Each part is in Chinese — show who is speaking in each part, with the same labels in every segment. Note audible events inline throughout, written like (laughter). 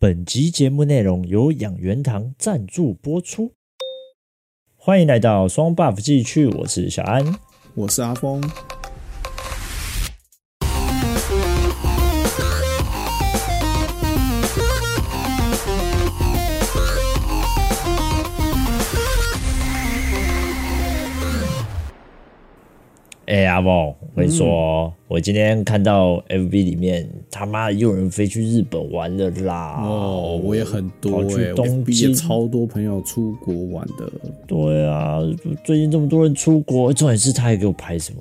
Speaker 1: 本集节目内容由养元堂赞助播出。欢迎来到双 buff 继续，我是小安。
Speaker 2: 我是阿峰，
Speaker 1: 哎、阿旺，我跟你说哦、我今天看到 FB 里面他妈的又有人飞去日本玩了啦！
Speaker 2: 哦，我也很多
Speaker 1: 跑去
Speaker 2: 哎、
Speaker 1: 东
Speaker 2: 我毕
Speaker 1: 京
Speaker 2: 业超多朋友出国玩的，
Speaker 1: 对啊，最近这么多人出国，重点是他还给我拍什么？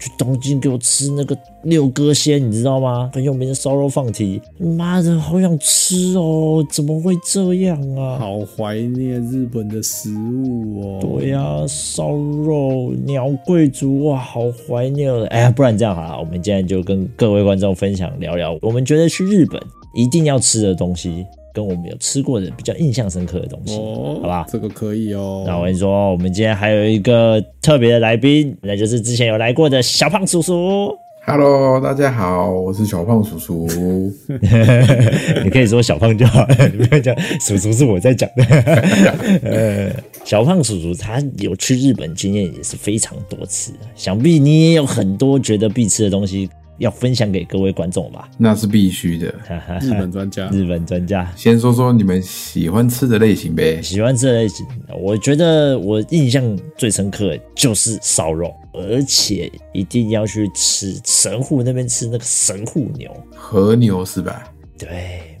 Speaker 1: 去东京给我吃那个六哥鲜，你知道吗？很有名的烧肉放题。妈的，好想吃哦！怎么会这样啊？
Speaker 2: 好怀念日本的食物哦。
Speaker 1: 对呀、烧肉、鸟贵族，哇，好怀念哦！哎呀，不然这样好了，我们今天就跟各位观众分享聊聊，我们觉得去日本一定要吃的东西，跟我们有吃过的比较印象深刻的东西。
Speaker 2: 哦，
Speaker 1: 好吧
Speaker 2: 这个可以
Speaker 1: 那我
Speaker 2: 哦。
Speaker 1: 跟你说，我们今天还有一个特别的来宾，那就是之前有来过的小胖叔叔。
Speaker 3: Hello，大家好，我是小胖叔叔。
Speaker 1: (laughs) 你可以说小胖就好了， (laughs) 你不要讲叔叔是我在讲的。 (laughs) 呃，小胖叔叔他有去日本经验也是非常多次，想必你也有很多觉得必吃的东西要分享给各位观众吧？ (laughs)
Speaker 3: 那是必须的。
Speaker 2: (laughs) 日本专家，
Speaker 1: 日本专家
Speaker 3: 先说说你们喜欢吃的类型呗。
Speaker 1: 喜欢这类型，我觉得我印象最深刻的就是烧肉，而且一定要去吃神户那边吃那个神户牛。
Speaker 3: 和牛是吧？
Speaker 1: 对，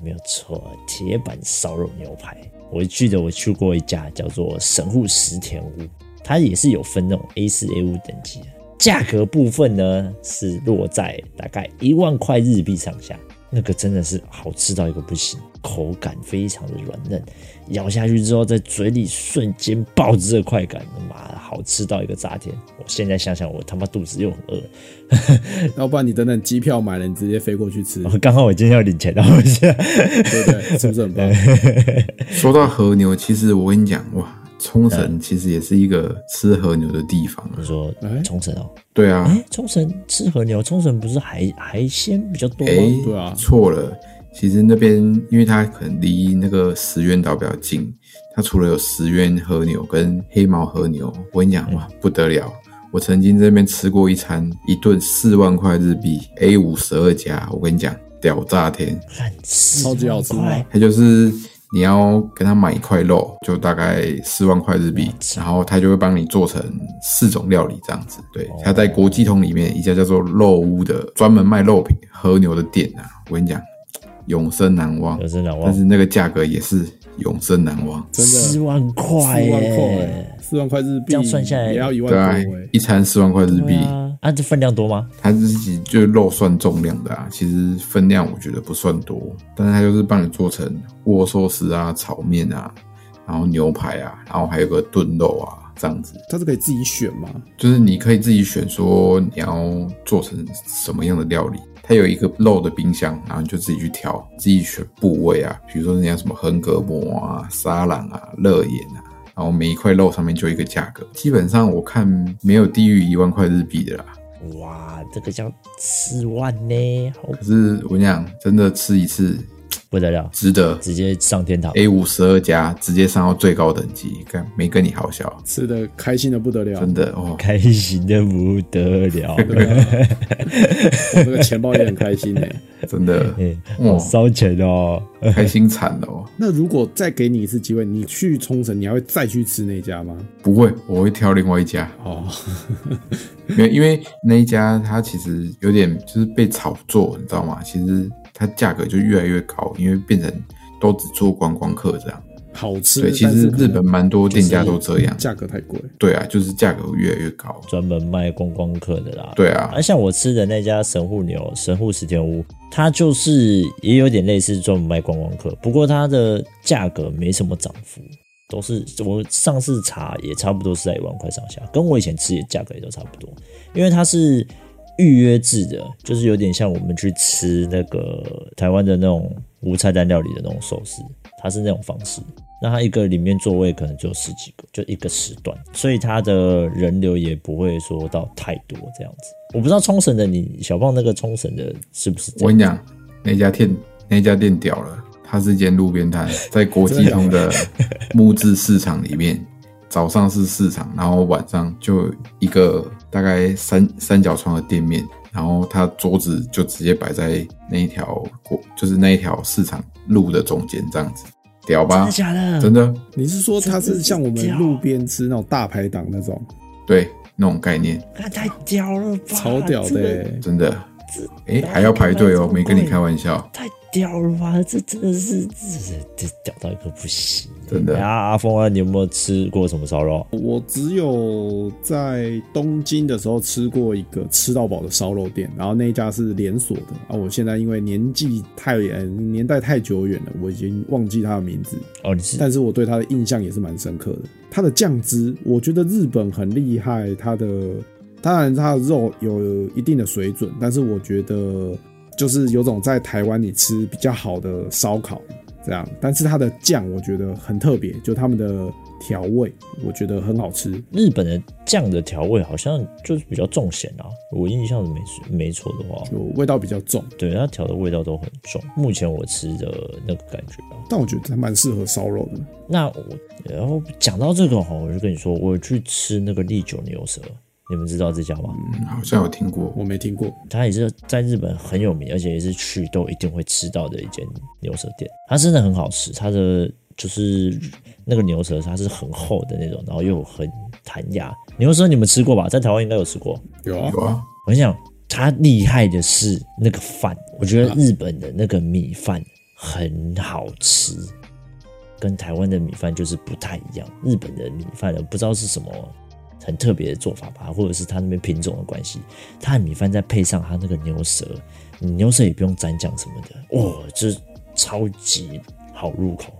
Speaker 1: 没有错，铁板烧肉牛排。我记得我去过一家叫做神户石田屋，它也是有分那种 A 四 A 五等级的。价格部分呢是落在大概一万块日币上下，那个真的是好吃到一个不行，口感非常的软嫩，咬下去之后在嘴里瞬间爆汁的快感，妈的好吃到一个炸天！我现在想想，我他妈肚子又很饿， (laughs)
Speaker 2: 要不然你等等机票买了，你直接飞过
Speaker 1: (laughs)
Speaker 2: 去吃，
Speaker 1: 我刚好我今天要领钱，然后我现在。
Speaker 2: 对不对？是不是很
Speaker 1: 哎
Speaker 2: 棒？
Speaker 3: 说到和牛，其实我跟你讲，哇，冲绳其实也是一个吃和牛的地方啊
Speaker 1: 你。说冲绳哦，
Speaker 3: 对啊
Speaker 1: 哎、，冲绳吃和牛，冲绳不是海海鲜比较多吗？
Speaker 3: 哎
Speaker 2: 对啊，
Speaker 3: 错了。其实那边，因为它可能离那个石垣岛比较近，它除了有石垣和牛跟黑毛和牛，我跟你讲哇，不得了！我曾经在那边吃过一餐，一顿四万块日币，A 五十二加，我跟你讲，屌炸天！
Speaker 1: 看、
Speaker 2: 超级好吃
Speaker 1: 40万块
Speaker 3: 它就是你要跟他买一块肉，就大概四万块日币，然后他就会帮你做成四种料理这样子。对，
Speaker 1: 哦
Speaker 3: 他在国际通里面一家叫做肉屋的专门卖肉品和牛的店啊，我跟你讲，永生难忘。
Speaker 1: 永生难忘
Speaker 3: 但是那个价格也是永生难忘。
Speaker 2: 真
Speaker 1: 四
Speaker 2: 的，
Speaker 1: 万块
Speaker 2: 四万块
Speaker 1: 耶！
Speaker 2: 欸，四万块日币，
Speaker 1: 这样算下来
Speaker 2: 也要一万
Speaker 3: 对啊
Speaker 2: 多哎，。
Speaker 3: 一餐四万块日
Speaker 1: 欸对
Speaker 3: 币，
Speaker 1: 啊，啊，这分量多吗？
Speaker 3: 它自己就肉算重量的啊，其实分量我觉得不算多，但是它就是帮你做成握寿司啊、炒面啊，然后牛排啊，然后还有个炖肉啊这样子，
Speaker 2: 它是可以自己选嘛？
Speaker 3: 就是你可以自己选说你要做成什么样的料理。它有一个肉的冰箱，然后你就自己去挑，自己选部位啊，比如说人家什么横膈膜啊、沙朗啊、热眼啊，然后每一块肉上面就一个价格，基本上我看没有低于一万块日币的啦。
Speaker 1: 哇，这个叫四万呢，好
Speaker 3: 可是我跟你讲，真的吃一次
Speaker 1: 不得了，
Speaker 3: 值得。
Speaker 1: 直接上天堂。
Speaker 3: A 五十二加直接上到最高等级，看没跟你好笑，
Speaker 2: 吃的开心的不得了
Speaker 3: 真，的哦。
Speaker 1: 开心的不得了，
Speaker 2: 我哦这个钱包也很开心哎。
Speaker 3: 真的
Speaker 1: 哎好
Speaker 3: 哇，
Speaker 1: 烧钱哦！
Speaker 3: 开心惨了哦！
Speaker 2: (laughs) 那如果再给你一次机会，你去冲绳，你还会再去吃那家吗？
Speaker 3: 不会，我会挑另外一家，
Speaker 2: (laughs) 哦，
Speaker 3: 因为因为那一家它其实有点就是被炒作，你知道吗？其实它价格就越来越高，因为变成都只做观光客这样。
Speaker 2: 好吃。
Speaker 3: 对，其
Speaker 2: 但
Speaker 3: 实
Speaker 2: 是可能
Speaker 3: 日本蛮多店家都这样。
Speaker 2: 价格太贵。
Speaker 3: 对啊，就是价格越来越高。
Speaker 1: 专门卖观光客的啦。
Speaker 3: 对啊
Speaker 1: 而，像我吃的那家神户牛、神户石田屋，它就是也有点类似专门卖观光客，不过它的价格没什么涨幅，都是我上次查也差不多是在一万块上下，跟我以前吃的价格也都差不多，因为它是预约制的，就是有点像我们去吃那个台湾的那种无菜单料理的那种寿司，它是那种方式。那它一个里面座位可能只有十几个，就一个时段，所以它的人流也不会说到太多这样子。我不知道冲绳的你小胖那个冲绳的是不是这
Speaker 3: 我
Speaker 1: 样？
Speaker 3: 跟你讲，那家店那家店屌了，它是一间路
Speaker 1: (laughs)
Speaker 3: 边摊，在国际通的木质市场里面，早上是市场，然后晚上就一个大概三三角窗的店面，然后它桌子就直接摆在那一条国，就是那一条市场路的中间这样子，屌
Speaker 1: 真
Speaker 3: 吧
Speaker 1: 的？假的？
Speaker 3: 真的，
Speaker 2: 你是说它是像我们路边吃那种大排档那种，
Speaker 3: 对，那种概念，
Speaker 1: 那太屌了吧！
Speaker 2: 超屌的、
Speaker 1: 这个
Speaker 2: 欸，
Speaker 3: 真的，
Speaker 1: 这
Speaker 3: 哎，还要排队哦，没跟你开玩笑，
Speaker 1: 太屌了吧！这真的是这这这屌到一个不行。
Speaker 3: 真
Speaker 1: 哎呀，
Speaker 3: 的，
Speaker 1: 阿峰啊，你有没有吃过什么烧肉？
Speaker 2: 我只有在东京的时候吃过一个吃到饱的烧肉店，然后那一家是连锁的啊。我现在因为年纪太呃年代太久远了，我已经忘记它的名字，
Speaker 1: 哦，你是
Speaker 2: 但是我对它的印象也是蛮深刻的。它的酱汁，我觉得日本很厉害，它的当然它的肉有一定的水准，但是我觉得就是有种在台湾你吃比较好的烧烤这样，但是它的酱我觉得很特别，就他们的调味我觉得很好吃。
Speaker 1: 日本的酱的调味好像就是比较重咸啊，我印象是没没错的话，
Speaker 2: 有味道比较重，
Speaker 1: 对它调的味道都很重。目前我吃的那个感觉啊，
Speaker 2: 但我觉得它蛮适合烧肉的。
Speaker 1: 那我然后讲到这个哈，我就跟你说，我去吃那个利久牛舌，你们知道这家吗？
Speaker 3: 嗯好像有听过，
Speaker 2: 我没听过，
Speaker 1: 它也是在日本很有名，而且也是去都一定会吃到的一间牛舌店。它真的很好吃，它的就是那个牛舌，它是很厚的那种，然后又很弹牙。牛舌你们吃过吧？在台湾应该有吃过。
Speaker 2: 有啊
Speaker 3: 有啊，
Speaker 1: 我跟你讲，它厉害的是那个饭，我觉得日本的那个米饭很好吃，跟台湾的米饭就是不太一样。日本的米饭呢，不知道是什么很特别的做法吧，或者是它那边品种的关系，它的米饭再配上它那个牛舌，你牛舌也不用沾酱什么的，哇，这超级好入口，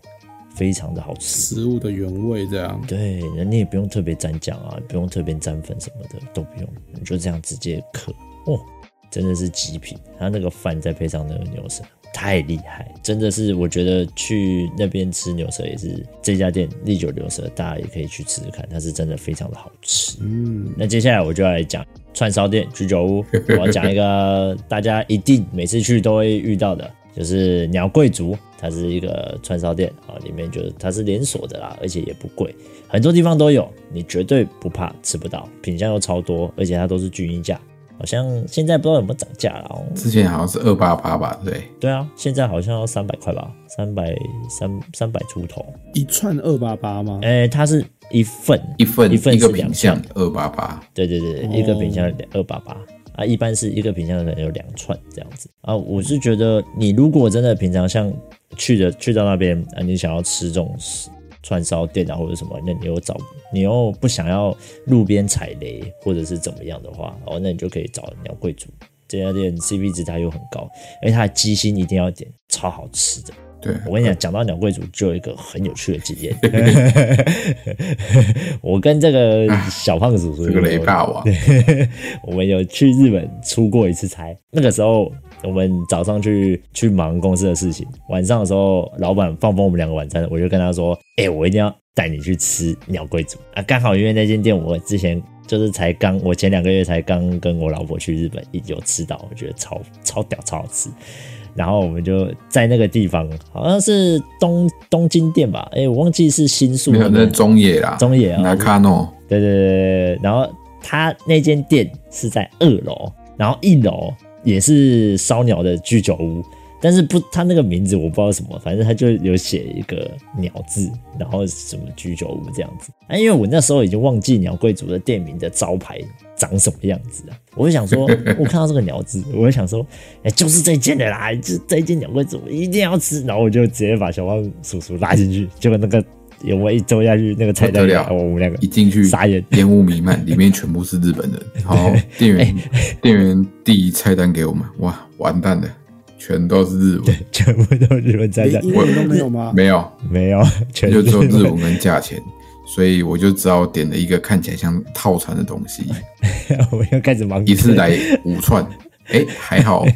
Speaker 1: 非常的好吃。
Speaker 2: 食物的原味这样。
Speaker 1: 对，那你也不用特别沾酱啊，不用特别沾粉什么的都不用，你就这样直接嗑哦，真的是极品。它那个饭再配上那个牛舌，太厉害，真的是我觉得去那边吃牛舌也是这家店历久牛舌，大家也可以去吃吃看，它是真的非常的好吃。
Speaker 2: 嗯，
Speaker 1: 那接下来我就要来讲串烧店居酒屋，我要讲一个大家一定每次去都会遇到的，就是鸟贵族，它是一个串烧店啊，里面就是它是连锁的啦，而且也不贵，很多地方都有，你绝对不怕吃不到，品相又超多，而且它都是均一价，好像现在不知道有没有涨价了哦。
Speaker 3: 之前好像是二八八吧，对不对。
Speaker 1: 对啊，现在好像要三百块吧，三百三三百出头。
Speaker 2: 一串二八八吗？
Speaker 1: 哎、它是一份，
Speaker 3: 一份
Speaker 1: 一份
Speaker 3: 个
Speaker 1: 是两
Speaker 3: 品相
Speaker 1: 串
Speaker 3: 二八八，
Speaker 1: 对对对，
Speaker 2: 哦
Speaker 1: 一个品相两二八八啊，一般是一个品相可能有两串这样子啊。我是觉得你如果真的平常像去的去到那边啊，你想要吃这种串烧店啊或者什么，那你又找你又不想要路边踩雷或者是怎么样的话，哦，那你就可以找鸟贵族这家店 CP 值它又很高，而且它的鸡心一定要点，超好吃的。
Speaker 3: 对，
Speaker 1: 我
Speaker 3: (laughs)
Speaker 1: 跟你讲，讲到鸟贵族，就有一个很有趣的经验。 (laughs) 我跟这个小胖叔叔，
Speaker 3: (laughs) 这个雷霸王，
Speaker 1: 我们有去日本出过一次差，那个时候我们早上去去忙公司的事情，晚上的时候老板放风我们两个晚餐，我就跟他说：“哎、我一定要带你去吃鸟贵族啊！”刚好因为那间店我之前就是才刚，我前两个月才刚跟我老婆去日本有吃到，我觉得超超屌，超好吃。然后我们就在那个地方，好像是东东京店吧？哎、我忘记是新宿
Speaker 3: 没有，那
Speaker 1: 边
Speaker 3: 是中野啦，
Speaker 1: 中野啊
Speaker 3: 拿卡诺，
Speaker 1: 对对对对对，然后他那间店是在二楼，然后一楼也是烧鸟的居酒屋，但是不，他那个名字我不知道什么，反正他就有写一个鸟字，然后什么居酒屋这样子。啊，因为我那时候已经忘记鸟贵族的店名的招牌长什么样子了，我就想说，我看到这个鸟字，我就想说，哎、就是这间的啦，就是这间鸟贵族一定要吃，然后我就直接把小胖叔叔拉进去，结果那个。有没有一周下去那个菜单
Speaker 3: 不得了
Speaker 1: 哦我们两个
Speaker 3: 一进去
Speaker 1: 傻眼，
Speaker 3: 烟雾弥漫，里面全部是日本
Speaker 1: (laughs)
Speaker 3: 人。然后店员，
Speaker 1: 哎
Speaker 3: 店员递菜单给我们，哇，完蛋了，全都是日文，
Speaker 1: 全部都日文在
Speaker 2: 连
Speaker 1: 站，
Speaker 2: 英文都哎没有吗？
Speaker 3: 没有，
Speaker 1: 没有，全
Speaker 3: 就只有
Speaker 1: 是
Speaker 3: 日文跟价钱，所以我就只好点了一个看起来像套餐的东西，
Speaker 1: 我又开始忙
Speaker 3: 一次来五串，哎，
Speaker 1: (laughs)
Speaker 3: 还好，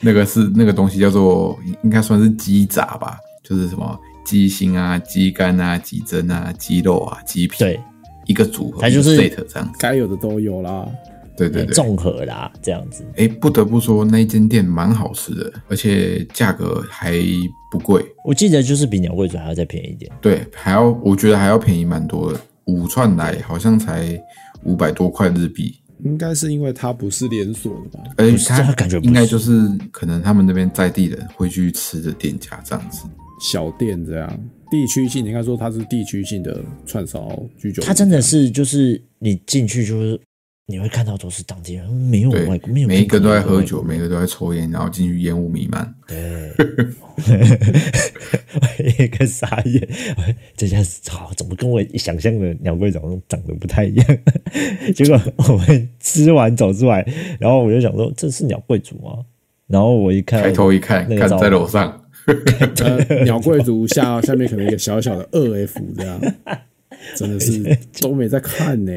Speaker 3: 那个是那个东西叫做应该算是鸡杂吧，就是什么鸡心啊、鸡肝啊、鸡胗啊、鸡肉啊、鸡皮，
Speaker 1: 对，
Speaker 3: 一个组合，
Speaker 1: 它就是
Speaker 3: 一个 set 这样子，
Speaker 2: 该有的都有啦。
Speaker 3: 对对对，
Speaker 1: 综合啦，这样子。
Speaker 3: 哎，不得不说那一间店蛮好吃的，而且价格还不贵，
Speaker 1: 我记得就是比鸟贵族还要再便宜一点。
Speaker 3: 对，还要我觉得还要便宜蛮多的，五串来好像才五百多块日币，
Speaker 2: 应该是因为它不是连锁的吧？
Speaker 3: 而
Speaker 1: 不
Speaker 3: 且
Speaker 1: 是它感觉不
Speaker 3: 应该
Speaker 1: 是
Speaker 3: 就是可能他们那边在地人会去吃的店家这样子。
Speaker 2: 小店这样，地区性应该说它是地区性的串烧居酒屋这样，
Speaker 1: 它真的是就是你进去就是你会看到都是当地人，没有
Speaker 3: 对
Speaker 1: 哦外国，没，有
Speaker 3: 每一
Speaker 1: 中国
Speaker 3: 个都在喝
Speaker 1: 人
Speaker 3: 酒，每一个都在抽烟，然后进去烟雾弥漫。
Speaker 1: 对，我一个傻眼， (laughs) 这家操怎么跟我想象的鸟贵种长得不太一样？ (laughs) 结果我们吃完走出来，然后我就想说这是鸟贵族吗？然后我一看，
Speaker 3: 抬头一看，
Speaker 1: 那个
Speaker 3: 看
Speaker 1: 照
Speaker 3: 在楼上，
Speaker 1: (laughs)
Speaker 2: 呃，鸟贵族下下面可能一个小小的二 F 这样，真的是都没在看呢、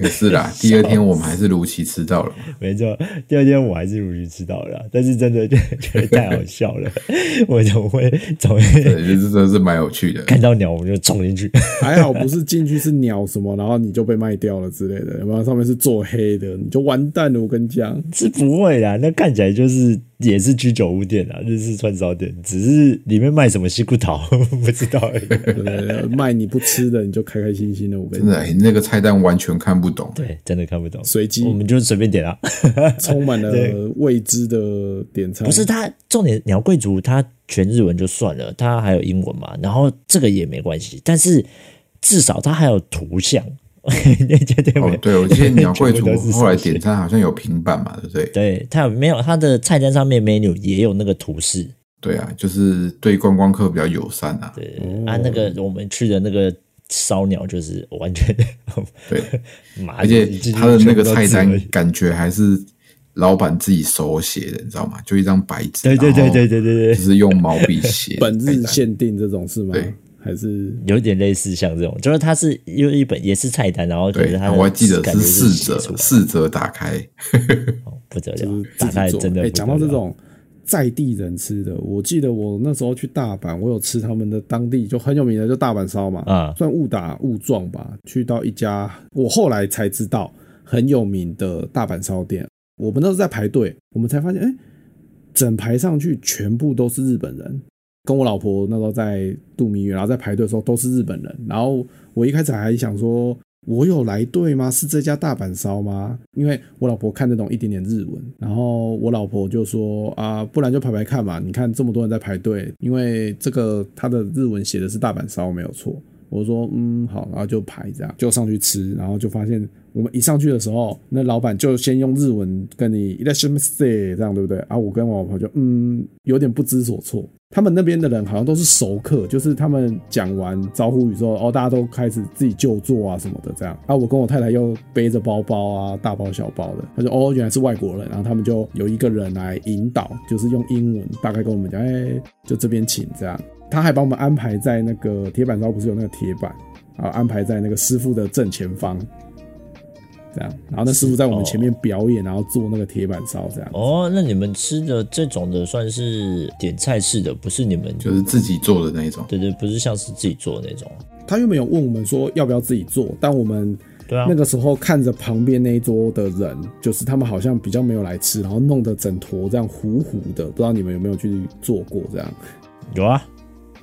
Speaker 3: 也是啦。
Speaker 1: (laughs)
Speaker 3: 第二天我们还是如期吃到了，
Speaker 1: 没错，第二天我还是如期吃到了啊，但是真的就 (laughs) 觉得太好笑了， (laughs) 我怎么会总会
Speaker 3: 对，就是真的是蛮有趣的。
Speaker 1: (laughs) 看到鸟我们就冲进去？ (laughs)
Speaker 2: 还好不是进去是鸟什么，然后你就被卖掉了之类的，有没有？上面是做黑的，你就完蛋了。我跟你讲，
Speaker 1: 是不会啦，那看起来就是也是居酒屋店啊，日式串烧店，只是里面卖什么西裤桃 (laughs) 不知道而已。
Speaker 2: 对对对卖你不吃的，你就开开心心的。我跟
Speaker 3: 真
Speaker 2: 你
Speaker 3: 的、
Speaker 2: 讲，
Speaker 3: 欸，那个菜单完全看
Speaker 1: (laughs)
Speaker 3: 不懂。
Speaker 1: 对，真的看不懂，
Speaker 2: 随机
Speaker 1: 我们就随便点啊。
Speaker 2: 充满
Speaker 1: 对
Speaker 2: 了未知的点餐，
Speaker 1: 不是它重点，鸟贵族它全日文就算了，它还有英文嘛，然后这个也没关系，但是至少它还有图像。 (laughs) 那家店没
Speaker 3: 哦，对，
Speaker 1: (laughs)
Speaker 3: 我记得鸟贵
Speaker 1: 全部都
Speaker 3: 族
Speaker 1: 是
Speaker 3: 后来
Speaker 1: 手写
Speaker 3: 点餐好像有平板嘛，对不对？
Speaker 1: 对，它有没有它的菜单上面 menu 也有那个图示，
Speaker 3: 对啊，就是对观光客比较友善啊。
Speaker 1: 对、啊，那个我们去的那个烧鸟就是完全 (laughs)
Speaker 3: 对，
Speaker 1: 麻
Speaker 3: 而
Speaker 1: 痹，
Speaker 3: 且
Speaker 1: 一进去
Speaker 3: 他的那
Speaker 1: 啊全部
Speaker 3: 个
Speaker 1: 都
Speaker 3: 菜
Speaker 1: 字而
Speaker 3: 单
Speaker 1: 已
Speaker 3: 感觉还是老板自己手写的，你知道吗？就一张白纸，
Speaker 1: 对对对
Speaker 3: 然后
Speaker 1: 对对对对
Speaker 3: 就是用毛笔写
Speaker 2: (laughs) 本
Speaker 3: 菜
Speaker 2: 日
Speaker 3: 单
Speaker 2: 限定这种是吗
Speaker 3: 对？
Speaker 2: 还是
Speaker 1: 有点类似像这种，就是它是又一本也是菜单，然后可
Speaker 3: 对啊
Speaker 1: 是，它的
Speaker 3: 我还记得
Speaker 1: 感
Speaker 3: 是
Speaker 1: 觉是
Speaker 3: 四
Speaker 1: 写
Speaker 3: 折，
Speaker 1: 出来哦
Speaker 3: 四折打开，
Speaker 1: 不得
Speaker 2: 就
Speaker 1: 了
Speaker 2: 是，自
Speaker 1: 打开
Speaker 2: 己做。
Speaker 1: 真的
Speaker 2: 哎，
Speaker 1: 不
Speaker 2: 讲
Speaker 1: 得
Speaker 2: 到这
Speaker 1: 了
Speaker 2: 种在地人吃的，我记得我那时候去大阪，我有吃他们的当地就很有名的，就大阪烧嘛，
Speaker 1: 啊
Speaker 2: 算误打误撞吧，去到一家我后来才知道很有名的大阪烧店，我们那时候在排队，我们才发现，哎、整排上去全部都是日本人。跟我老婆那时候在度蜜月，然后在排队的时候都是日本人，然后我一开始还想说，我有来对吗？是这家大阪烧吗？因为我老婆看得懂一点点日文，然后我老婆就说啊，不然就排排看嘛，你看这么多人在排队，因为这个他的日文写的是大阪烧没有错。我说嗯好，然后就排这样，就上去吃，然后就发现我们一上去的时候，那老板就先用日文跟你 i r a s h i m a s 这样对不对？啊，我跟我老婆就嗯有点不知所措。他们那边的人好像都是熟客，就是他们讲完招呼语之后，哦，大家都开始自己就坐啊什么的这样。啊，我跟我太太又背着包包啊，大包小包的，他说哦原来是外国人，然后他们就有一个人来引导，就是用英文大概跟我们讲，哎，就这边请这样。他还把我们安排在那个铁板烧，不是有那个铁板啊，安排在那个师傅的正前方，这样。然后那师傅在我们前面表演，然后做那个铁板烧这样。
Speaker 1: 哦，那你们吃的这种的算是点菜式的，不是你们
Speaker 3: 就是自己做的那种。
Speaker 1: 对对，啊不是像是自己做的那种。
Speaker 2: 他原本有问我们说要不要自己做，但我们
Speaker 1: 对啊，
Speaker 2: 那个时候看着旁边那一桌的人，就是他们好像比较没有来吃，然后弄得整坨这样糊糊的，不知道你们有没有去做过这样。
Speaker 1: 有啊，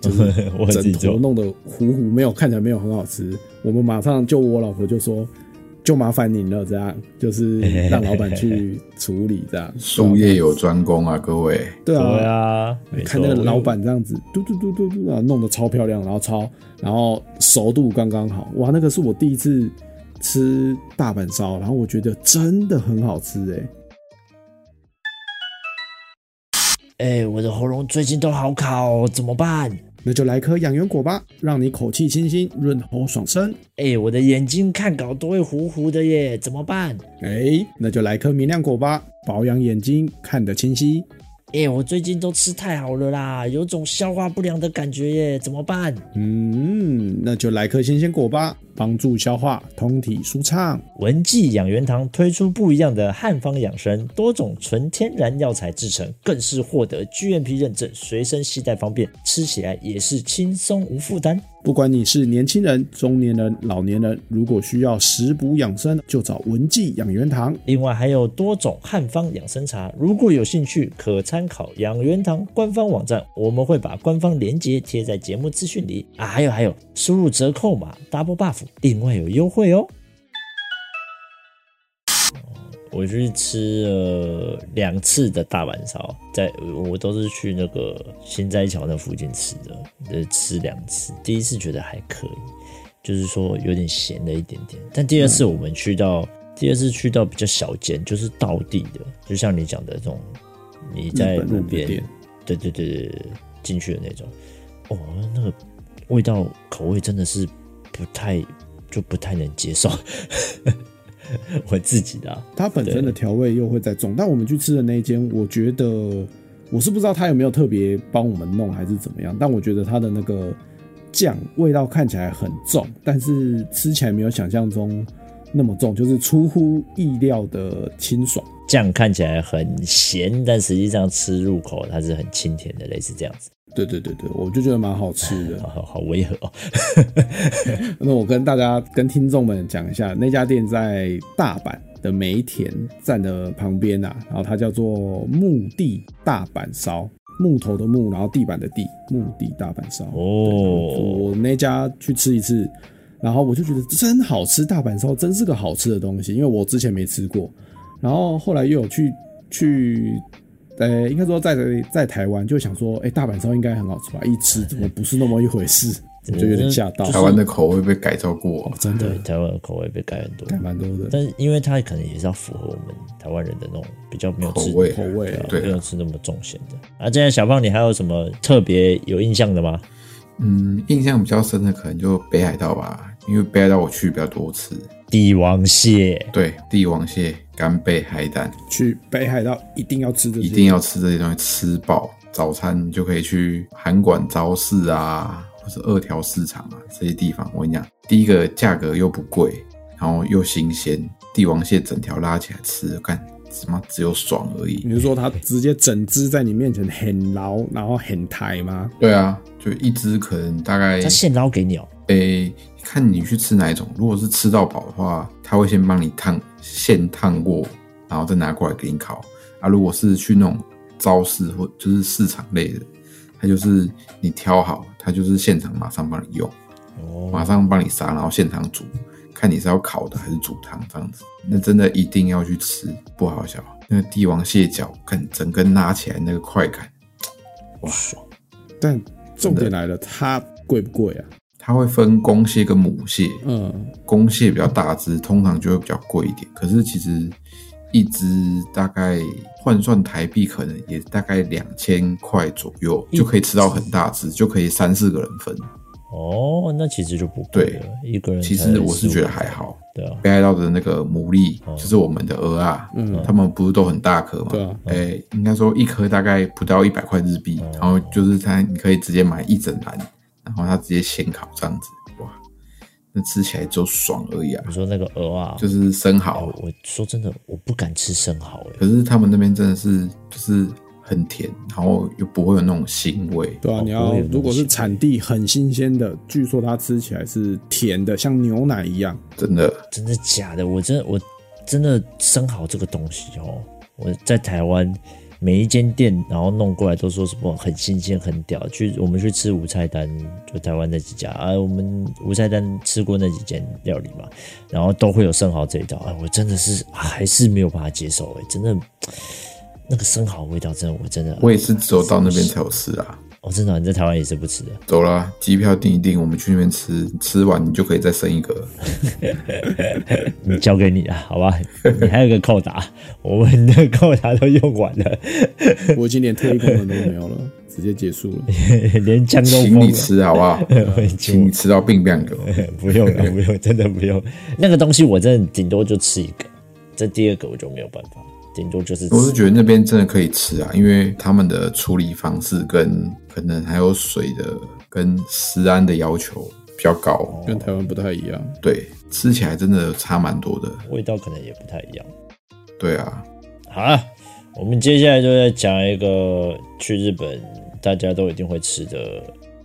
Speaker 1: (laughs) 我自己
Speaker 2: 整
Speaker 1: 做。
Speaker 2: 头弄得糊糊，没有看起来没有很好吃。我们马上就我老婆就说，就麻烦您了，这样
Speaker 1: (laughs)
Speaker 2: 就是让老板去处理这样。
Speaker 3: 术业有专攻啊，各位。
Speaker 2: 对啊，
Speaker 1: 对啊，没
Speaker 2: 看
Speaker 1: 错。
Speaker 2: 那个老
Speaker 1: 我
Speaker 2: 板这样子，嘟嘟嘟嘟嘟啊，弄得超漂亮，然后超，然后熟度刚刚好，哇，那个是我第一次吃大阪烧，然后我觉得真的很好吃哎、
Speaker 1: 哎，我的喉咙最近都好卡哦，怎么办？
Speaker 2: 那就来颗养元果吧，让你口气清新，润喉爽身。
Speaker 1: 哎，我的眼睛看稿都会糊糊的耶，怎么办？
Speaker 2: 哎，那就来颗明亮果吧，保养眼睛，看得清晰。
Speaker 1: 哎、我最近都吃太好了啦，有种消化不良的感觉耶，怎么办？
Speaker 2: 嗯，那就来颗新鲜果吧，帮助消化、通体舒畅。
Speaker 1: 文记养元堂推出不一样的汉方养生，多种纯天然药材制成，更是获得 GMP 认证，随身携带方便，吃起来也是轻松无负担。
Speaker 2: 不管你是年轻人、中年人、老年人，如果需要食补养生，就找文记养元堂。
Speaker 1: 另外还有多种汉方养生茶，如果有兴趣，可参考养元堂官方网站，我们会把官方链接贴在节目资讯里啊。还有还有，输入折扣码 double buff，另外有优惠哦。我去吃了两次的大阪烧，在我都是去那个新斋桥那附近吃的，呃，吃两次。第一次觉得还可以，就是说有点咸了一点点，但第二次我们去到、第二次去到比较小间，就是道地的，就像你讲的这种，你在
Speaker 2: 日本
Speaker 1: 路
Speaker 2: 路
Speaker 1: 边
Speaker 2: 边店，
Speaker 1: 对对对对对进去的那种，哦，那个味道口味真的是不太就不太能接受，我自己的啊、
Speaker 2: 它本身的调味又会再重，但我们去吃的那一间，我觉得我是不知道它有没有特别帮我们弄还是怎么样，但我觉得它的那个酱味道看起来很重，但是吃起来没有想象中那么重，就是出乎意料的清爽。
Speaker 1: 酱看起来很咸，但实际上吃入口它是很清甜的，类似这样子。
Speaker 2: 对对对对，我就觉得蛮好吃的。
Speaker 1: 好好好违和哦。 (laughs)
Speaker 2: 那我跟大家、跟听众们讲一下，那家店在大阪的梅田站的旁边啊，然后它叫做木地大阪烧，木头的木，然后地板的地，木地大阪烧。
Speaker 1: 哦，
Speaker 2: 我那家去吃一次，然后我就觉得真好吃，大阪烧真是个好吃的东西，因为我之前没吃过，然后后来又有去去。呃，应该说在在台湾就想说，哎、大阪烧应该很好吃吧？一吃怎么不是那么一回事，我就有点吓到。
Speaker 3: 台湾的口味被改造过
Speaker 2: 哦，，真的
Speaker 1: 对，台湾的口味被改很多，
Speaker 2: 改蛮多的。
Speaker 1: 但是因为它可能也是要符合我们台湾人的那种比较没有
Speaker 3: 口
Speaker 1: 吃
Speaker 3: 味
Speaker 2: 口味
Speaker 1: 对啊
Speaker 3: 对啊
Speaker 1: 没有吃那么重咸的。啊，这样小胖，你还有什么特别有印象的吗？
Speaker 3: 嗯，印象比较深的可能就北海道吧，因为北海道我去比较多次。
Speaker 1: 帝王蟹，
Speaker 3: 对，帝王蟹、干贝、海胆，
Speaker 2: 去北海道一定要吃这些，
Speaker 3: 一定要吃这些东西，吃饱。早餐就可以去韩馆超市啊，或是二条市场啊这些地方。我跟你讲，第一个价格又不贵，然后又新鲜，帝王蟹整条拉起来吃，干什么只有爽而已。
Speaker 2: 你是说它直接整只在你面前很牢，然后很抬吗？
Speaker 3: 对啊，就一只可能大概
Speaker 1: 它现捞给你哦。
Speaker 3: 诶、看你去吃哪一种。如果是吃到饱的话，他会先帮你烫，现烫过，然后再拿过来给你烤。啊，如果是去那种超市或就是市场类的，它就是你挑好，它就是现场马上帮你用，马
Speaker 1: 哦，
Speaker 3: 上帮你杀，然后现场煮，看你是要烤的还是煮汤这样子。那真的一定要去吃，不好笑。那个帝王蟹脚，看整根拉起来那个快感，
Speaker 1: 哇，爽！
Speaker 2: 但重点来了，它贵不贵啊？
Speaker 3: 它会分公蟹跟母蟹。
Speaker 2: 嗯，
Speaker 3: 公蟹比较大只，通常就会比较贵一点。可是其实一只大概换算台币，可能也大概两千块左右，就可以吃到很大只，就可以三四个人分。
Speaker 1: 哦，那其实就不贵了，一个人
Speaker 3: 其
Speaker 1: 才
Speaker 3: 实我是
Speaker 1: 15
Speaker 3: 觉得还好。
Speaker 1: 对啊，
Speaker 3: 北海道的那个牡蛎，就是我们的鹅啊，他们不是都很大颗嘛？
Speaker 2: 哦嗯对啊哦
Speaker 3: 哎、应该说一颗大概不到一百块日币，然后就是它，你可以直接买一整篮，然后它直接现烤这样子，哇，那吃起来就爽而已啊
Speaker 1: 你！说那个鹅啊，
Speaker 2: 哦
Speaker 3: 就是生
Speaker 1: 哎
Speaker 3: 蚝，
Speaker 1: 我我说真的，我不敢吃生蚝哎、
Speaker 3: 可是他们那边真的是就是很甜，然后又不会有那种腥味。
Speaker 2: 对啊，
Speaker 1: 哦
Speaker 2: 你要
Speaker 1: 不会有
Speaker 2: 如果是产地很新鲜的，据说它吃起来是甜的，像牛奶
Speaker 1: (laughs)
Speaker 2: 一样。
Speaker 3: 真的，
Speaker 1: 真的假的？我真的我真的生蚝这个东西哦，我在台湾每一间店，然后弄过来都说什么很新鲜很屌。去我们去吃无菜单，就台湾那几家啊，我们无菜单吃过那几间料理嘛，然后都会有生蚝这一道。啊，我真的是还是没有办法接受哎、真的。那个生蚝味道真的，我真的，
Speaker 3: 我也是只有到那边才有吃啊。
Speaker 1: 哦，真的、你在台湾也是不吃的，
Speaker 3: 走啦，机票订一订，我们去那边吃，吃完你就可以再生一个。
Speaker 1: 你
Speaker 3: 嗯
Speaker 1: 交给你了，好吧？ (laughs) 你还有个扣打，我们的扣打都用完了， (laughs)
Speaker 2: 我已经连特异功能都没有了，直接结束了。
Speaker 1: 哎连枪都
Speaker 3: 请
Speaker 1: 封
Speaker 3: 你
Speaker 1: 了。
Speaker 3: 吃好不好？请你吃到病病狗。
Speaker 1: 不用
Speaker 3: (laughs)
Speaker 1: 了，不用，真的不用。那个东西我真的顶多就吃一个，这第二个我就没有办法，顶多就是吃
Speaker 3: 我是觉得那边真的可以吃啊，因为他们的处理方式跟可能还有水的跟食安的要求比较高，
Speaker 2: 跟台湾不太一样。
Speaker 3: 对，吃起来真的差蛮多的。
Speaker 1: 味道可能也不太一样。
Speaker 3: 对啊，
Speaker 1: 好了，我们接下来就在讲一个去日本大家都一定会吃的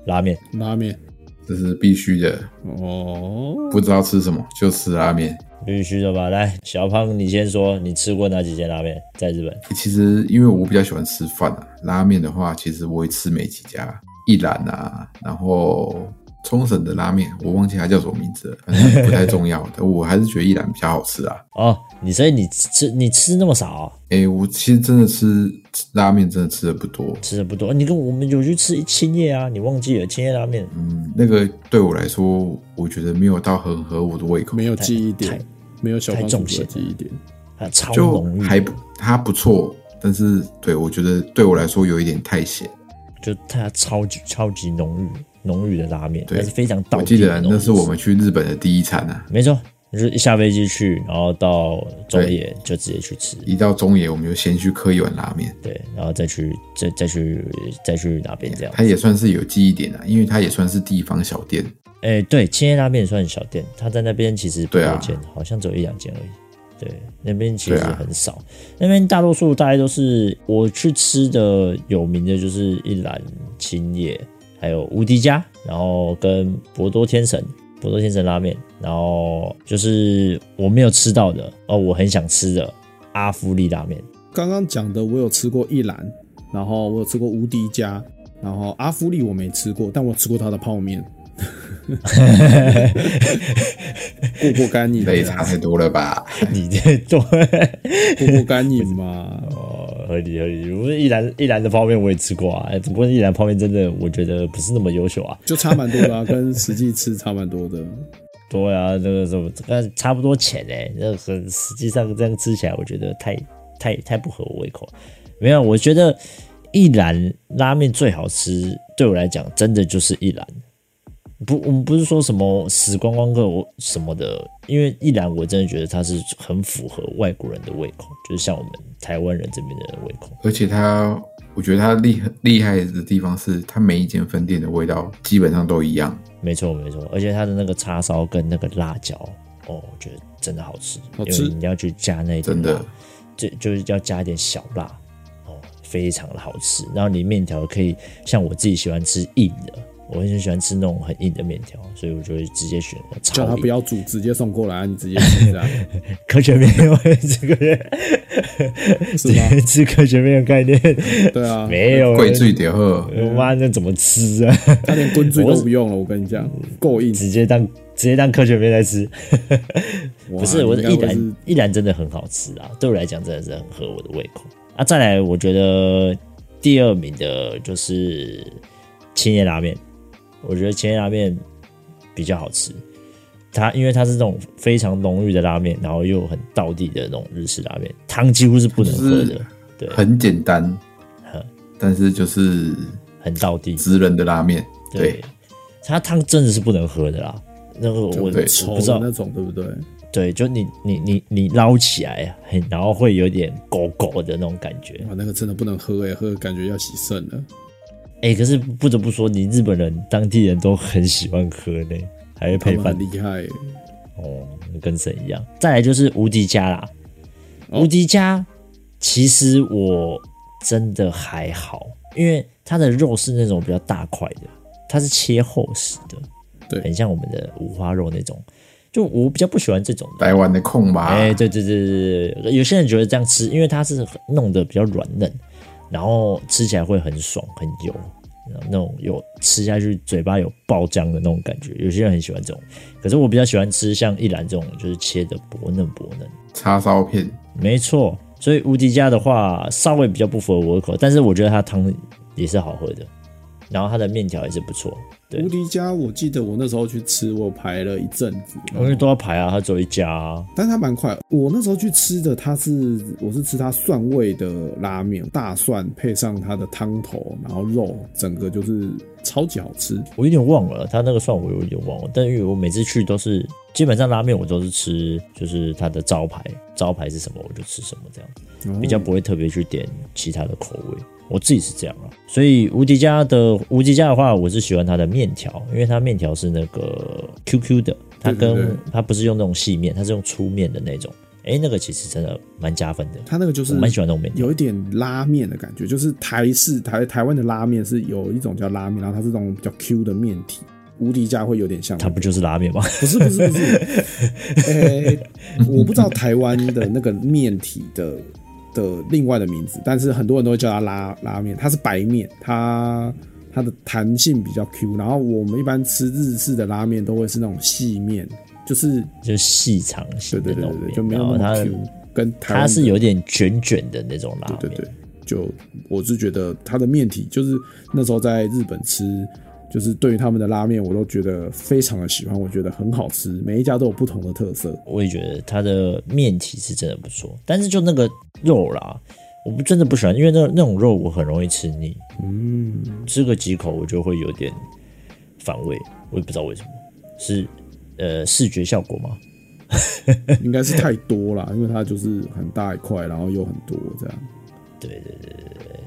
Speaker 1: 拉面。
Speaker 2: 拉面
Speaker 3: 这是必须的，
Speaker 2: 哦，
Speaker 3: 不知道吃什么就吃拉面。
Speaker 1: 必须的吧？来，小胖，你先说，你吃过哪几间拉面在日本？
Speaker 3: 其实因为我比较喜欢吃饭啊，拉面的话，其实我会吃没几家，一兰啊，然后冲绳的拉面，我忘记它叫什么名字了，反正不太
Speaker 1: (laughs)
Speaker 3: 重要。但我还是觉得一兰比较好吃啊。
Speaker 1: 哦，你所以你吃你吃那么少、啊
Speaker 3: 诶、我其实真的吃吃拉面真的吃的不多，
Speaker 1: 吃的不多。你跟我们有去吃青叶啊，你忘记了青叶拉面啊
Speaker 3: 嗯，那个对我来说，我觉得没有到很合我的胃口，
Speaker 2: 没有记忆点
Speaker 1: 太，
Speaker 2: 没有小
Speaker 1: 太
Speaker 2: 胖
Speaker 1: 重
Speaker 2: 叔叔的
Speaker 1: 咸
Speaker 2: 记忆点。
Speaker 1: 啊，超
Speaker 3: 嗯就
Speaker 1: 浓郁，
Speaker 3: 还不它不错，但是对我觉得对我来说有一点太咸。
Speaker 1: 就它超级超级浓郁浓郁的拉面，
Speaker 3: 对
Speaker 1: 那是非常道
Speaker 3: 我记
Speaker 1: 地的
Speaker 3: 得啊
Speaker 1: 浓郁
Speaker 3: 那是我们去日本的第一餐啊，
Speaker 1: 没错，你就一下飞机去，然后到中
Speaker 3: 对
Speaker 1: 野就直接去吃，
Speaker 3: 一到中野我们就先去喝一碗拉面。
Speaker 1: 对，然后再去再再去再去哪边这样。
Speaker 3: 它也算是有记忆点啊，因为它也算是地方小
Speaker 1: (laughs)
Speaker 3: 店。
Speaker 1: 哎、对，千叶拉面也算小店，它在那边其实不
Speaker 3: 对啊
Speaker 1: 多见，好像只有一两间而已。对，那边其实
Speaker 3: 对啊
Speaker 1: 很少，那边大多数大概都是我去吃的有名的就是一兰、青叶，还有无敌家，然后跟博多天神、博多天神拉面，然后就是我没有吃到的哦，我很想吃的阿芙利拉
Speaker 3: (laughs)
Speaker 1: 面。
Speaker 2: 刚刚讲的，我有吃过一兰，然后我有吃过无敌家，然后阿芙利我没吃过，但我吃过他的泡面，
Speaker 1: (laughs)
Speaker 2: 过过干瘾啊，
Speaker 3: 类差太多了吧？
Speaker 1: 你这多
Speaker 2: 过过干瘾嘛。
Speaker 1: 哦，合理合理。我一兰一兰的泡面我也吃过啊，哎只不过一兰泡面真的我觉得不是那么优秀啊。
Speaker 2: 就差蛮多的、啊，跟实际吃差蛮多的。
Speaker 1: 对啊，那个什么，但差不多钱哎、那个很实际上这样吃起来，我觉得太太太不合我胃口。没有，啊我觉得一兰拉面最好吃，对我来讲，真的就是一兰。不，我们不是说什么死观光客我什么的，因为一兰我真的觉得它是很符合外国人的胃口，就是像我们台湾人这边的胃口。
Speaker 3: 而且它，我觉得它厉厉害的地方是，它每一间分店的味道基本上都一样。
Speaker 1: 没错没错，而且它的那个叉烧跟那个辣椒，哦，我觉得真的好吃，
Speaker 2: 好
Speaker 1: 因
Speaker 2: 吃
Speaker 1: 为你要去加那一点
Speaker 3: 真的
Speaker 1: 辣，就就是要加一点小辣，哦，非常的好吃。然后你面条可以像我自己喜欢吃硬的，我很喜欢吃那种很硬的面条，所以我就会直接选那个
Speaker 2: 叫他
Speaker 1: 超
Speaker 2: 不
Speaker 1: 硬
Speaker 2: 要煮，直接送过来，啊你直接吃
Speaker 1: (laughs)
Speaker 2: 这样，
Speaker 1: 科学面， (laughs) 我这个人
Speaker 2: 是吗？
Speaker 1: (laughs) 吃科学面的概念
Speaker 2: 对啊，
Speaker 1: 没有，
Speaker 3: 贵最点喝，
Speaker 1: 我妈那怎么吃啊？ (laughs)
Speaker 2: 他连滚嘴都不用了，我跟你讲，够硬。
Speaker 1: 直接当直接当科学面在吃。
Speaker 2: 哇
Speaker 1: 不是，我
Speaker 2: 应
Speaker 1: 的
Speaker 2: 该
Speaker 1: 一
Speaker 2: 会是
Speaker 1: 兰一兰真的很好吃啊，对我来讲真的是很合我的胃口啊。再来，我觉得第二名的就是青叶拉面，我觉得青叶拉面比较好吃。它因为它是那种非常浓郁的拉面，然后又很道地的那种日式拉面，汤几乎是不能喝的，
Speaker 3: 就是
Speaker 1: 对，
Speaker 3: 很简单，但是就是
Speaker 1: 很道地。
Speaker 3: 直人的拉面。对
Speaker 1: 对，，它汤真的是不能喝的啦。那个我我
Speaker 3: 对
Speaker 1: 不
Speaker 2: 稠
Speaker 1: 知
Speaker 2: 的
Speaker 1: 道，
Speaker 2: 那种，对不对？
Speaker 1: 对，就你你你你捞起来，很然后会有点狗狗的那种感觉。
Speaker 2: 哇，那个真的不能喝哎、喝感觉要洗肾了。
Speaker 1: 哎、可是不得不说，你日本人当地人都很喜欢喝呢，还会
Speaker 2: 他
Speaker 1: 配
Speaker 2: 们
Speaker 1: 饭
Speaker 2: 很厉害、欸，
Speaker 1: 哦，跟神一样。再来就是无敌家啦，
Speaker 2: 哦
Speaker 1: 无敌家其实我真的还好，因为它的肉是那种比较大块的，它是切厚实的，
Speaker 2: 对
Speaker 1: 很像我们的五花肉那种。就我比较不喜欢这种的，
Speaker 3: 台湾的空吧，
Speaker 1: 哎、对对对对对对，有些人觉得这样吃，因为它是弄得比较软嫩，然后吃起来会很爽很油，然后那种有吃下去嘴巴有爆浆的那种感觉，有些人很喜欢这种。可是我比较喜欢吃像一兰这种，就是切的薄嫩薄嫩。
Speaker 3: 叉烧片
Speaker 1: 没错，所以无敌家的话稍微比较不符合我的口，但是我觉得它汤也是好喝的，然后它的面条也是不错，对
Speaker 2: 无敌家，我记得我那时候去吃，我排了一阵子，
Speaker 1: 因为都要排啊，它只有一家啊、
Speaker 2: 但它蛮快。我那时候去吃的，它是我是吃它蒜味的拉面，大蒜配上它的汤头，然后肉，整个就是超级好吃。
Speaker 1: 我有点忘了，他那个算我有点忘了，但因为我每次去都是基本上拉面我都是吃就是它的
Speaker 2: 嗯
Speaker 1: 嗯招牌，招牌是什么我就吃什么这样，比较不会特别去点其他的口味。我自己是这样啊。所以无敌家的无敌家的话，我是喜欢它的面条，因为它面条是那个 QQ 的，它跟
Speaker 2: 对对对
Speaker 1: 它不是用那种细面，它是用粗面的那种。哎、那个其实真的蛮加分的，
Speaker 2: 它那个就是
Speaker 1: 我蛮喜欢那种面条
Speaker 2: 有一点拉面的感觉，就是台式台台湾的拉面是有一种叫拉面，然后它是那种比较 Q 的面体，无敌家会有点像那
Speaker 1: 它
Speaker 2: 个。
Speaker 1: 不就是拉面吗？ (laughs)
Speaker 2: 不是不是不是，呃、我不知道台湾的那个面体的的另外的名字，但是很多人都会叫它拉拉面，它是白面，它它的弹性比较 Q。然后我们一般吃日式的拉面都会是那种细面，就是
Speaker 1: 就是细长型
Speaker 2: 对
Speaker 1: 的
Speaker 2: 对
Speaker 1: 那种
Speaker 2: 对对，
Speaker 1: 面，
Speaker 2: 就没有
Speaker 1: 然后
Speaker 2: 那么
Speaker 1: 它
Speaker 2: Q，跟台
Speaker 1: 它
Speaker 2: 湾的
Speaker 1: 是有点卷卷的那种拉面，
Speaker 2: 对对对，就我是觉得它的面体，就是那时候在日本吃，就是对于他们的拉面，我都觉得非常的喜欢，我觉得很好吃，每一家都有不同的特色。
Speaker 1: 我也觉得它的面体是真的不错，但是就那个肉啦，我不真的不喜欢，因为那那种肉我很容易吃腻，嗯，吃个几口我就会有点反胃，我也不知道为什么，是呃视觉效果吗？
Speaker 2: 应该是太多啦，因为它就是很大一块，然后又很多这样。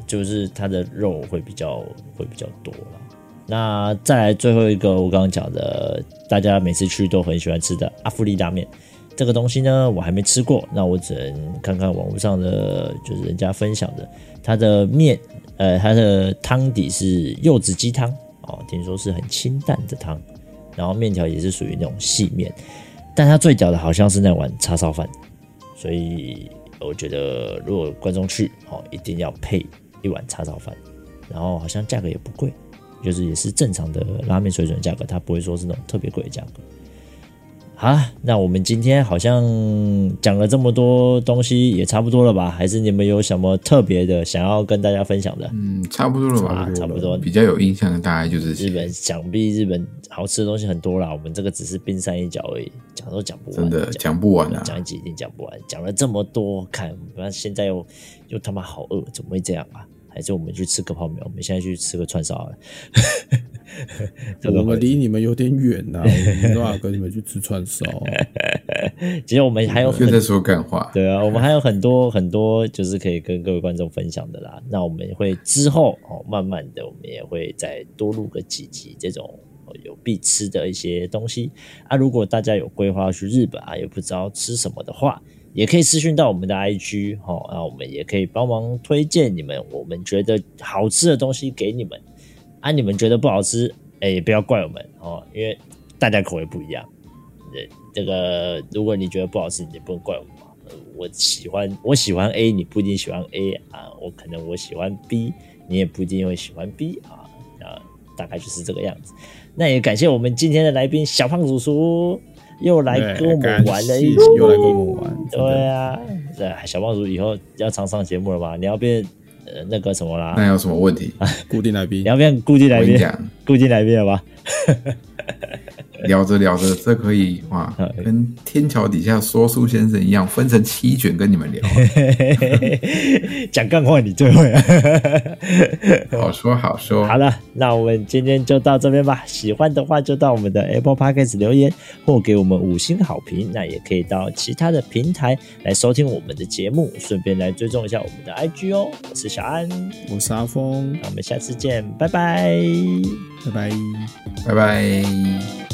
Speaker 1: 就是它的肉会比较会比较多啦。那再来最后一个，我刚刚讲的，大家每次去都很喜欢吃的阿芙利拉面，这个东西呢，我还没吃过，那我只能看看网络上的，就是人家分享的，它的面，呃，它的汤底是柚子鸡汤哦，听说是很清淡的汤，然后面条也是属于那种细面，但它最屌的好像是那碗叉烧饭，所以我觉得如果观众去哦，一定要配一碗叉烧饭，然后好像价格也不贵，就是也是正常的拉面水准价格，它不会说是那种特别贵的价格。好啦，那我们今天好像讲了这么多东西，也差不多了吧？还是你们有什么特别的想要跟大家分享的？
Speaker 3: 嗯，差不多了吧
Speaker 1: 啊，？差不多。
Speaker 3: 比较有印象的大概就是
Speaker 1: 日本想必日本好吃的东西很多啦，我们这个只是冰山一角而已，讲都讲不完。
Speaker 3: 真的讲不完啊，
Speaker 1: 讲一集一定讲不完，讲了这么多，看那现在又又他妈好饿，怎么会这样啊？还是我们去吃个泡面，我们现在去吃个串烧好了。 (laughs) 这个
Speaker 2: 我们
Speaker 1: 会
Speaker 2: 离你们有点远呐、我没办法跟你们去吃串烧、
Speaker 1: 其实我们还有
Speaker 3: 又
Speaker 1: 很
Speaker 3: 在说干话。
Speaker 1: 对啊，我们还有很多 (laughs) 很多就是可以跟各位观众分享的啦。那我们会之后哦，慢慢的我们也会再多录个几集这种哦有必吃的一些东西啊。如果大家有规划去日本啊，也不知道吃什么的话，也可以私讯到我们的 IG 哦，那我们也可以帮忙推荐你们我们觉得好吃的东西给你们啊。你们觉得不好吃，哎，也不要怪我们哦，因为大家口味不一样。对，这个如果你觉得不好吃，你也不能怪我嘛。呃我喜欢我喜欢 A，你不一定喜欢 A 啊。我可能我喜欢 B，你也不一定会喜欢 B 啊。啊，大概就是这个样子。那也感谢我们今天的来宾小胖叔叔又来跟我们玩了一集
Speaker 2: 哎对感谢，又来跟我们玩真的
Speaker 1: 对啊，对小胖叔叔以后要常上节目了吧？你要变呃那个什么啦？
Speaker 3: 那
Speaker 2: 哎
Speaker 3: 有什么问题？
Speaker 2: 固定来宾
Speaker 1: 哎你，要变固定来
Speaker 3: 我跟
Speaker 1: 宾
Speaker 3: 你，讲，
Speaker 1: 固定来宾了吧？ (laughs)
Speaker 3: 聊着聊着，这可以哇，跟天桥底下说书先生一样，分成七卷跟你们聊啊，
Speaker 1: 讲干话你最会、啊。
Speaker 3: 好说好说。
Speaker 1: 好了，那我们今天就到这边吧。喜欢的话就到我们的 Apple Podcast 留言或给我们五星好评，那也可以到其他的平台来收听我们的节目，顺便来追踪一下我们的 IG 哦。我是小安，那
Speaker 2: 我是阿峰，
Speaker 1: 我们下次见，拜拜。
Speaker 2: 拜拜。
Speaker 3: 拜拜。